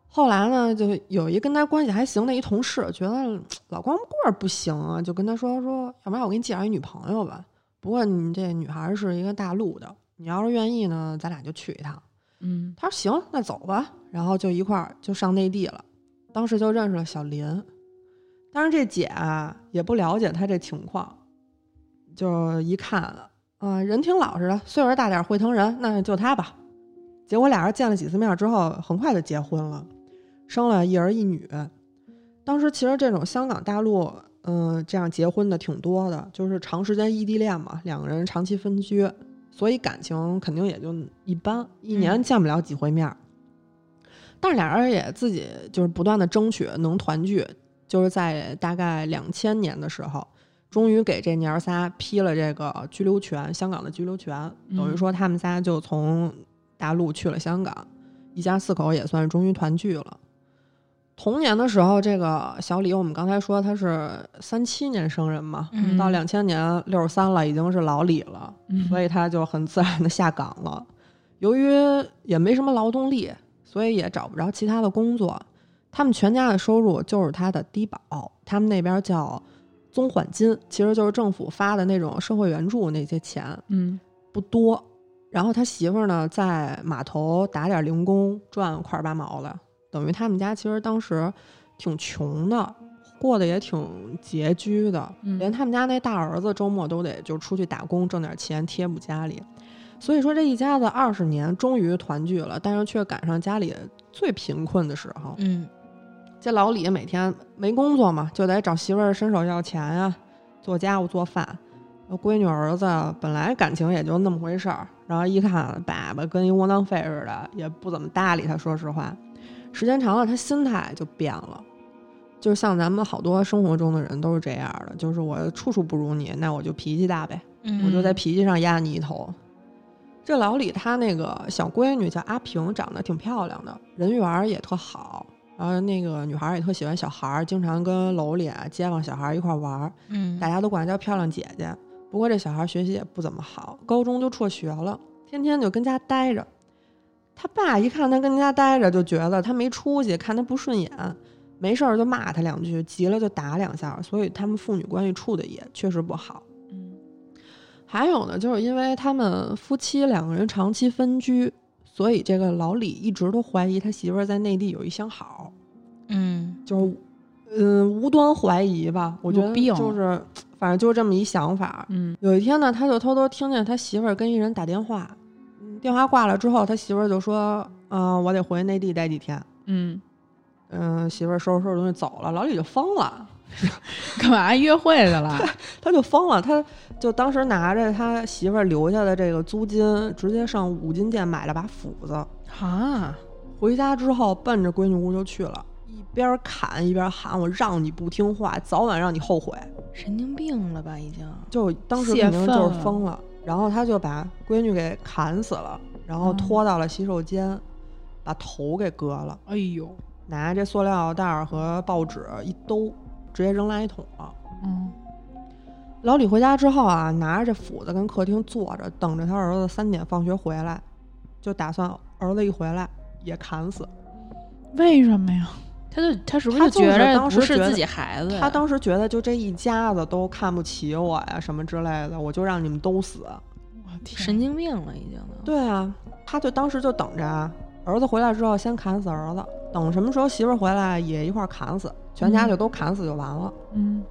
A: 后来呢，就有一跟他关系还行的一同事，觉得嗯老光棍儿不行啊，就跟他说说，要不然我给你介绍一女朋友吧。不过你这女孩儿是一个大陆的，你要是愿意呢，咱俩就去一趟。
B: 嗯
A: 他说行，那走吧，然后就一块儿就上内地了。当时就认识了小林，但是这姐啊也不了解他这情况，就一看啊、人挺老实的，岁数大点儿会疼人，那就他吧。结果俩人见了几次面之后，很快就结婚了，生了一儿一女。当时其实这种香港、大陆，嗯、这样结婚的挺多的，就是长时间异地恋嘛，两个人长期分居，所以感情肯定也就一般，一年见不了几回面儿。但是俩人也自己就是不断的争取能团聚，就是在大概两千年的时候，终于给这娘儿仨批了这个居留权，香港的居留权，等于
B: 嗯
A: 说他们仨就从大陆去了香港，一家四口也算终于团聚了。同年的时候，这个小李，我们刚才说他是三七年生人嘛，
B: 嗯
A: 到两千年六十三了，已经是老李了，
B: 嗯
A: 所以他就很自然的下岗了。由于也没什么劳动力，所以也找不着其他的工作。他们全家的收入就是他的低保，他们那边叫综缓金，其实就是政府发的那种社会援助那些钱。
B: 嗯
A: 不多。然后他媳妇儿呢，在码头打点零工，赚块儿八毛了，等于他们家其实当时挺穷的，过得也挺拮据的，
B: 嗯
A: 连他们家那大儿子周末都得就出去打工挣点钱贴补家里。所以说这一家子二十年终于团聚了，但是却赶上家里最贫困的时候。
D: 嗯
A: 这老李每天没工作嘛，就得找媳妇儿伸手要钱呀、做家务做饭。呃闺女儿子本来感情也就那么回事儿，然后一看爸爸跟一窝囊废似的，也不怎么搭理他。说实话，时间长了，他心态就变了。就像咱们好多生活中的人都是这样的，就是我处处不如你，那我就脾气大呗，
D: 嗯
A: 我就在脾气上压你一头。这老李他那个小闺女叫阿平，长得挺漂亮的，人缘儿也特好，然后那个女孩儿也特喜欢小孩儿，经常跟楼里啊街坊小孩儿一块儿玩儿，
D: 嗯
A: 大家都管她叫漂亮姐姐。不过这小孩儿学习也不怎么好，高中就辍学了，天天就跟家待着。他爸一看他跟家待着，就觉得他没出息，看他不顺眼，没事儿就骂他两句，急了就打两下儿，所以他们父女关系处的也确实不好。
B: 嗯
A: 还有呢，就是因为他们夫妻两个人长期分居，所以这个老李一直都怀疑他媳妇儿在内地有一相好，
D: 嗯
A: 就是，嗯，无端怀疑吧。我觉
B: 有
A: 得
B: 病
A: 就是，反正就这么一想法。
B: 嗯
A: 有一天呢，他就偷偷听见他媳妇儿跟一人打电话，嗯电话挂了之后，他媳妇儿就说：“嗯、我得回内地待几天。
B: 嗯，”
A: 嗯，媳妇儿收拾收拾东西走了，老李就疯了。
B: 干嘛约会去了？
A: 他就疯了，他就当时拿着他媳妇儿留下的这个租金，直接上五金店买了把斧子，
C: 啊，
A: 回家之后奔着闺女屋就去了，一边砍一边喊：“我让你不听话，早晚让你后悔。
C: 神经病了吧已经？”
A: 就当时肯定就是疯了，然后他就把闺女给砍死了，然后拖到了洗手间，把头给割了，
B: 哎呦，
A: 拿这塑料袋儿和报纸一兜，直接扔垃圾桶了。
B: 嗯
A: 老李回家之后啊，拿着这斧子跟客厅坐着，等着他儿子三点放学回来，就打算儿子一回来也砍死。
B: 为什么呀？
C: 他就他是不
A: 他
C: 就觉
A: 就是
C: 得
A: 当时
C: 不是
A: 觉得
C: 自己孩子呀？
A: 他当时觉得就这一家子都看不起我呀，什么之类的，我就让你们都死。
B: 我天，
C: 神经病了已经。
A: 对啊，他就当时就等着啊，儿子回来之后先砍死儿子，等什么时候媳妇儿回来也一块儿砍死，全家就都砍死就完了。
B: 嗯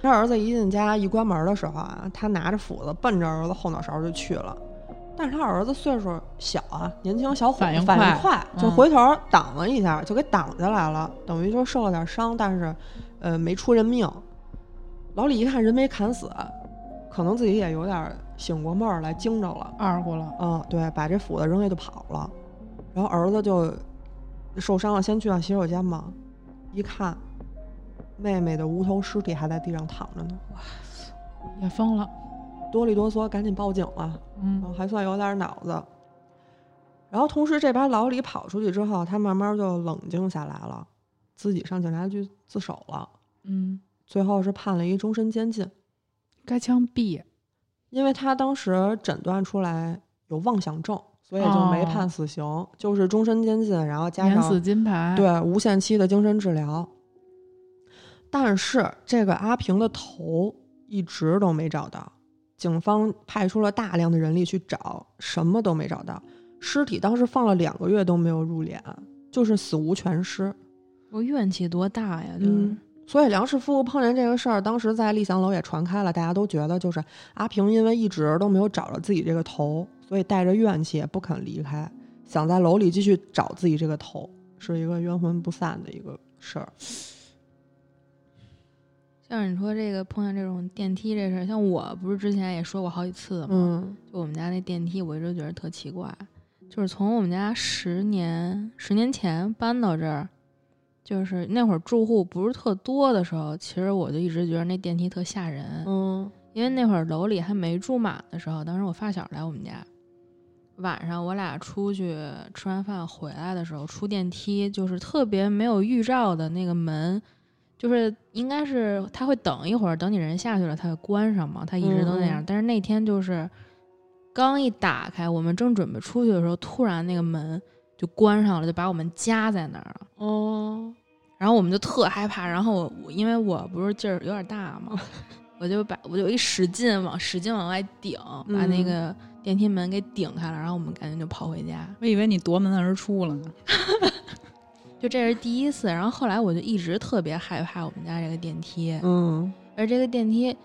A: 他儿子一进家一关门的时候啊，他拿着斧子奔着儿子后脑勺就去了。但是他儿子岁数小啊，年轻小伙子
B: 反
A: 快，
B: 应快
A: 就
B: 嗯
A: 回头挡了一下，就给挡下来了，等于就受了点伤，但是呃没出人命。老李一看人没砍死，可能自己也有点醒过闷儿来，惊着了。
B: 二过了，
A: 嗯，对，把这斧子扔下就跑了，然后儿子就受伤了，先去趟洗手间嘛，一看妹妹的无头尸体还在地上躺着呢，
B: 也疯了。
A: 哆里哆嗦，赶紧报警了，然后
B: 嗯
A: 还算有点脑子。然后同时这边老李跑出去之后，他慢慢就冷静下来了，自己上警察局自首了，
B: 嗯，
A: 最后是判了一终身监禁，
B: 该枪毙。
A: 因为他当时诊断出来有妄想症。所以就没
B: 哦
A: 判死刑，就是终身监禁，然后加
B: 免
A: 上
B: 死金牌。，
A: 对，无限期的精神治疗。但是这个阿平的头一直都没找到，警方派出了大量的人力去找，什么都没找到。尸体当时放了两个月都没有入殓，就是死无全尸。
C: 我怨气多大呀！就是、
A: 嗯所以梁氏夫妇碰见这个事儿，当时在丽祥楼也传开了，大家都觉得就是阿平因为一直都没有找着自己这个头，所以带着怨气也不肯离开，想在楼里继续找自己这个头，是一个冤魂不散的一个事儿。
C: 像你说这个碰见这种电梯这事儿，像我不是之前也说过好几次吗？
A: 嗯
C: 就我们家那电梯，我一直觉得特奇怪，就是从我们家十年十年前搬到这儿，就是那会儿住户不是特多的时候，其实我就一直觉得那电梯特吓人，
A: 嗯
C: 因为那会儿楼里还没住满的时候，当时我发小来我们家，晚上我俩出去吃完饭回来的时候，出电梯就是特别没有预兆的那个门，就是应该是他会等一会儿，等你人下去了，他会关上嘛，他一直都那样。
A: 嗯嗯
C: 但是那天就是刚一打开，我们正准备出去的时候，突然那个门就关上了，就把我们夹在那儿了。
A: 哦，
C: 然后我们就特害怕，然后我我因为我不是劲儿有点大
A: (laughs)
C: 嘛，我就把我就一使劲往使劲往外顶，把那
A: 嗯
C: 个电梯门给顶开了，然后我们赶紧就跑回家。
B: 我以为你夺门而出了呢。
C: 就这是第一次，然后后来我就一直特别害怕我们家这个电梯，
A: 嗯
C: 而这个电梯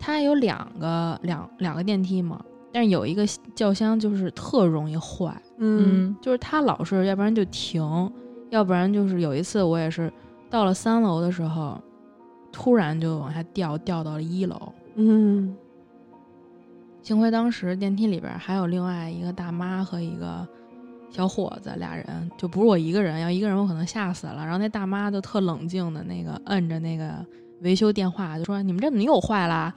C: 它有两个两两个电梯嘛，但是有一个轿厢就是特容易坏，
A: 嗯，
C: 就是它老是要不然就停，要不然就是有一次我也是到了三楼的时候，突然就往下掉，掉到了一楼。
A: 嗯
C: 幸亏当时电梯里边还有另外一个大妈和一个小伙子，俩人就不是我一个人，要一个人我可能吓死了。然后那大妈就特冷静的那个摁着那个维修电话，就说：“你们这怎么又坏啦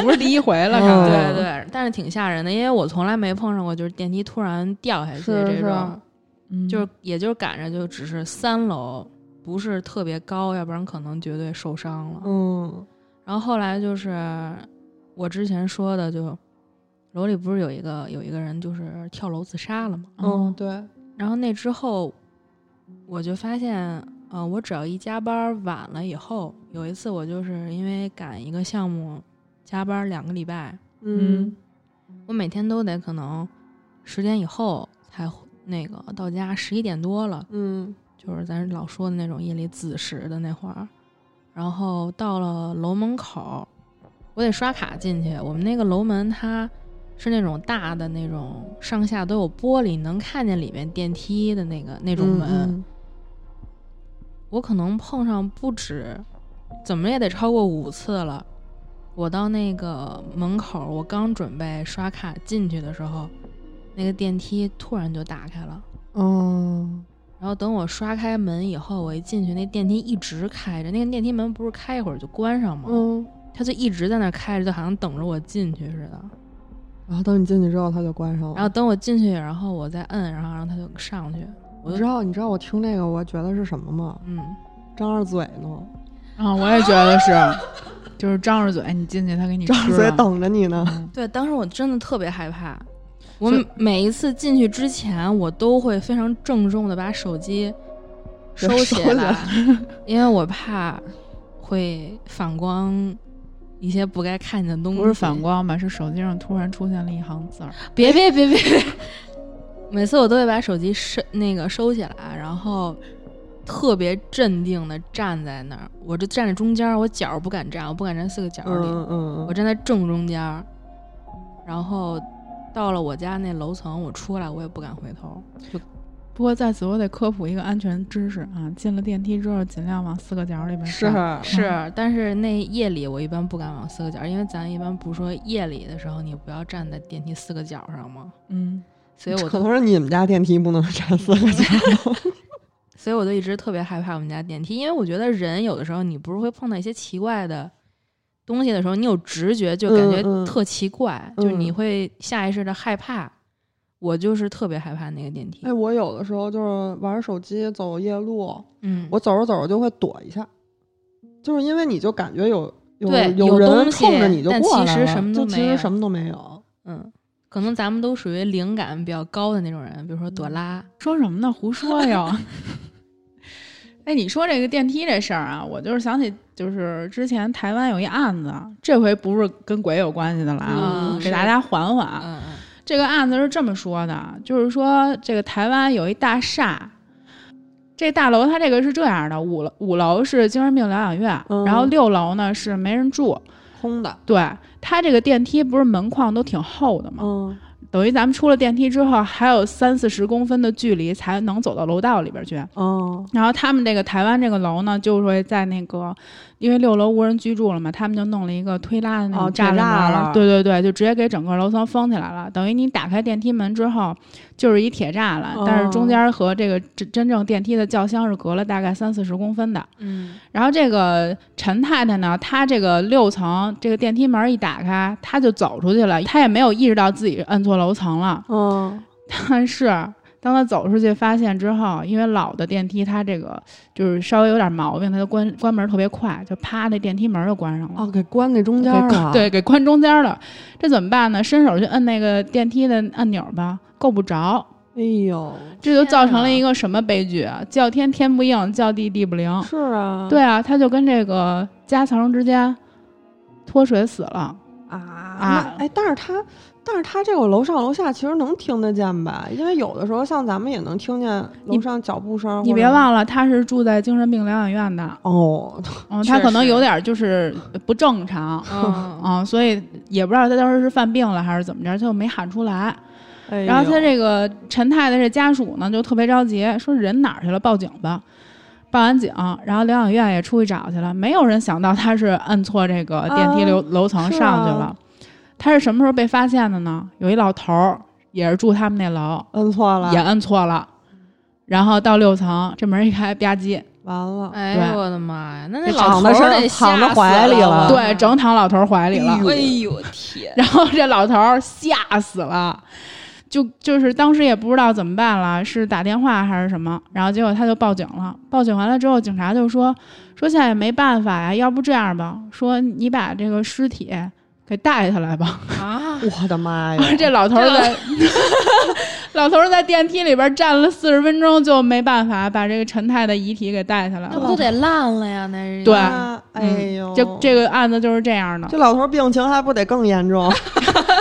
B: 不是第一回了，
A: 嗯
B: 上？”
C: 对对，但是挺吓人的，因为我从来没碰上过就是电梯突然掉下去
A: 是
C: 这
A: 是
C: 种。
B: 嗯
C: 就是也就是赶着就只是三楼，不是特别高，要不然可能绝对受伤了。
A: 嗯
C: 然后后来就是我之前说的就，楼里不是有一个有一个人就是跳楼自杀了吗？
A: 嗯，对，
C: 然后那之后，我就发现，呃，我只要一加班儿晚了以后，有一次我就是因为赶一个项目加班儿两个礼拜，
A: 嗯
C: 我每天都得可能十点以后才回那个到家，十一点多了。
A: 嗯
C: 就是咱老说的那种夜里子时的那会儿，然后到了楼门口，我得刷卡进去。我们那个楼门它是那种大的那种，上下都有玻璃，能看见里面电梯的那个那
A: 那
C: 种门。
A: 嗯
C: 我可能碰上不止，怎么也得超过五次了。我到那个门口，我刚准备刷卡进去的时候，那个电梯突然就打开了。
A: 嗯
C: 然后等我刷开门以后，我一进去，那电梯一直开着。那个电梯门不是开一会儿就关上吗？
A: 嗯，
C: 它就一直在那儿开着，就好像等着我进去似的。
A: 然后等你进去之后，它就关上了。
C: 然后等我进去，然后我再摁，然后让它就上去。我
A: 你
C: 就
A: 知道你知道我听这个我觉得是什么吗？
C: 嗯，
A: 张着嘴呢，
B: 啊，我也觉得是，就是张着嘴，你进去，他给你
A: 张着
B: 吃
A: 嘴
B: 了
A: 等着你呢。
B: 嗯
C: 对，当时我真的特别害怕。我
B: 是
C: 每一次进去之前，我都会非常郑重的把手机收起
A: 收起
C: 来， (laughs) 因为我怕会反光一些不该看见的东西。
B: 不是反光吧？是手机上突然出现了一行字儿，
C: 别别别别别！每次我都会把手机收那个收起来，然后特别镇定的站在那儿，我就站在中间儿，我脚儿不敢站，我不敢站四个角儿里，
A: 嗯嗯
C: 我站在正中间儿。然后到了我家那楼层，我出来我也不敢回头。
B: 不过在此我得科普一个安全知识啊，进了电梯之后尽量往四个角里边
A: 嗯，是
B: 站。啊
C: 是，但是那夜里我一般不敢往四个角儿，因为咱一般不是说夜里的时候你不要站在电梯四个角儿上吗？
B: 嗯，
C: 所以我
A: 可 (laughs)
C: 都
A: 能是你们家电梯不能站四个角。
C: 所以我就一直特别害怕我们家电梯，因为我觉得人有的时候你不是会碰到一些奇怪的东西的时候，你有直觉就感觉
A: 嗯嗯
C: 特奇怪，
A: 嗯
C: 就是你会下意识的害怕。我就是特别害怕那个电梯，
A: 哎，我有的时候就是玩手机走夜路，
C: 嗯，
A: 我走着走着就会躲一下，就是因为你就感觉有有
C: 对有
A: 人
C: 东西
A: 冲着你就
C: 但
A: 过来了，
C: 其实什么都
A: 就其
C: 没
A: 实
C: 有
A: 什么都没有。
C: 嗯，可能咱们都属于灵感比较高的那种人，比如说
A: 嗯
C: 朵拉，
B: 说什么呢？胡说呀！ (laughs) 哎，你说这个电梯这事儿啊，我就是想起，就是之前台湾有一案子，这回不是跟鬼有关系的了啊，
C: 嗯
B: 给大家缓啊缓。
C: 嗯嗯
B: 这个案子是这么说的，就是说这个台湾有一大厦，这大楼它这个是这样的，五楼五楼是精神病疗养院，
A: 嗯
B: 然后六楼呢是没人住。
A: 空的，
B: 对，它这个电梯不是门框都挺厚的吗？
A: 嗯
B: 等于咱们出了电梯之后，还有三四十公分的距离才能走到楼道里边去。
A: 嗯
B: 然后他们这个台湾这个楼呢，就是会在那个，因为六楼无人居住了嘛，他们就弄了一个推拉的那
A: 哦
B: 种栅栏
A: 铁
B: 门
A: 栅
B: 儿，
A: 栏
B: 对对对，就直接给整个楼层封起来了。等于你打开电梯门之后，就是一铁栅栏，但是中间和这个真真正电梯的轿厢是隔了大概三四十公分的。
C: 嗯
B: 然后这个陈太太呢，她这个六层这个电梯门一打开，她就走出去了，她也没有意识到自己摁错了楼层了。
A: 嗯，
B: 但是当他走出去发现之后，因为老的电梯它这个就是稍微有点毛病，它就关关门特别快，就啪那电梯门就关上了。
A: 哦，给关那中间
B: 给
C: 啊
A: 了，，
B: 对，给关中间了，这怎么办呢？伸手去摁那个电梯的按钮吧，够不着，
A: 哎呦，
B: 这就
C: 天
B: 造成了
C: 啊
B: 一个什么悲剧啊？叫天天不应，叫地地不灵。
A: 是
C: 嗯
A: 啊，
B: 对啊，他就跟这个夹层之间脱水死了。
A: 啊
B: 啊
A: 那哎，但是他，但是他这个楼上楼下其实能听得见吧？因为有的时候像咱们也能听见
B: 你
A: 楼上脚步声或者。
B: 你
C: 啊
B: 别忘了，他是住在精神病疗养院
C: (laughs)
B: 的，
A: 哦，
B: 嗯，他
C: 确
B: 可能
C: 实
B: 有点就是不正常。
C: 嗯，
B: 啊、所以也不知道他当时是犯病了还是怎么着，他就没喊出来。
A: 哎
B: 然后他
A: 呦
B: 这个陈太太这家属呢，就特别着急，说人哪儿去了？报警吧！报完警，然后疗养院也出去找去了，没有人想到他是摁错这个电梯
A: 啊
B: 楼、楼层
A: 是
B: 上去
A: 啊
B: 了。他是什么时候被发现的呢？有一老头儿也是住他们那楼，
A: 摁错了
B: 也，摁错了，然后到六层，这门一开吧唧，
A: 完了，
C: 哎
B: 对
C: 呦我的妈呀，那那
A: 这
C: 老
A: 躺
C: 头
A: 在
C: 儿
A: 身
C: 得
A: 躺
C: 吓
A: 在
C: 死
A: 怀里了
C: 了，
B: 对，整躺老头儿怀里了。
A: 啊哎
D: 哎呦天，
B: 然后这老头儿吓死了，就就是当时也不知道怎么办了，是打电话还是什么，然后结果他就报警了。报警完了之后，警察就说说现在也没办法呀，要不这样吧，说你把这个尸体给带下来吧。
C: 啊，
A: 我的妈哎
B: (laughs)
A: 呀！
B: 这老头儿在 (laughs) 老头儿在电梯里边站了四十分钟，就没办法把这个陈太的遗体给带下来
C: 那
B: 了。
C: 不都得烂了呀？那是
B: 对
A: 啊哎
B: 嗯
A: 呦，
B: 这这个案子就是这样的，
A: 这老头病情还不得更严
B: (laughs)
A: 重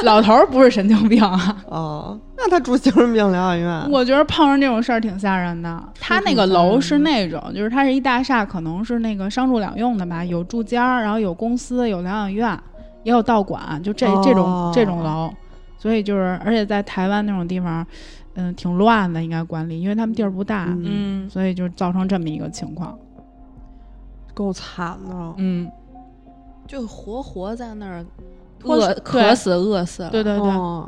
B: 老头儿不是神经病啊。
A: 哦？那他住精神病疗养院，
B: 我觉得碰上这种事儿挺吓人的。他啊那个楼是那种，就是它是一大厦，可能是那个商住两用的吧，有住家儿，然后有公司，有疗养院，也有道馆，就这、这种这种楼。所以就是，而且在台湾那种地方，嗯，挺乱的，应该管理，因为他们地儿不大，
A: 嗯，
C: 嗯，
B: 所以就造成这么一个情况。
A: 够惨的。
B: 嗯，
C: 就活活在那儿
B: 脱
C: 饿
B: 对
C: 渴死饿死了，
B: 对对对，
A: 哦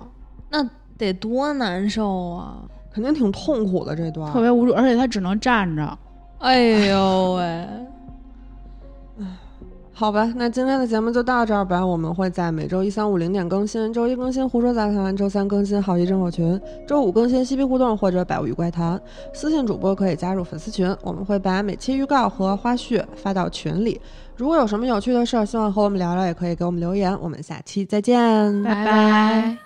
C: 那得多难受啊！
A: 肯定挺痛苦的这段，
B: 特别无助，而且他只能站着。
C: 哎呦喂，
A: 好吧，那今天的节目就到这儿吧。我们会在每周一、三、五零点更新，周一更新《胡说杂谈》，周三更新《好奇症候群》，周五更新《嬉皮互动》或者《百物语怪谈》。私信主播可以加入粉丝群，我们会把每期预告和花絮发到群里。如果有什么有趣的事儿，希望和我们聊聊，也可以给我们留言。我们下期再见，
B: 拜拜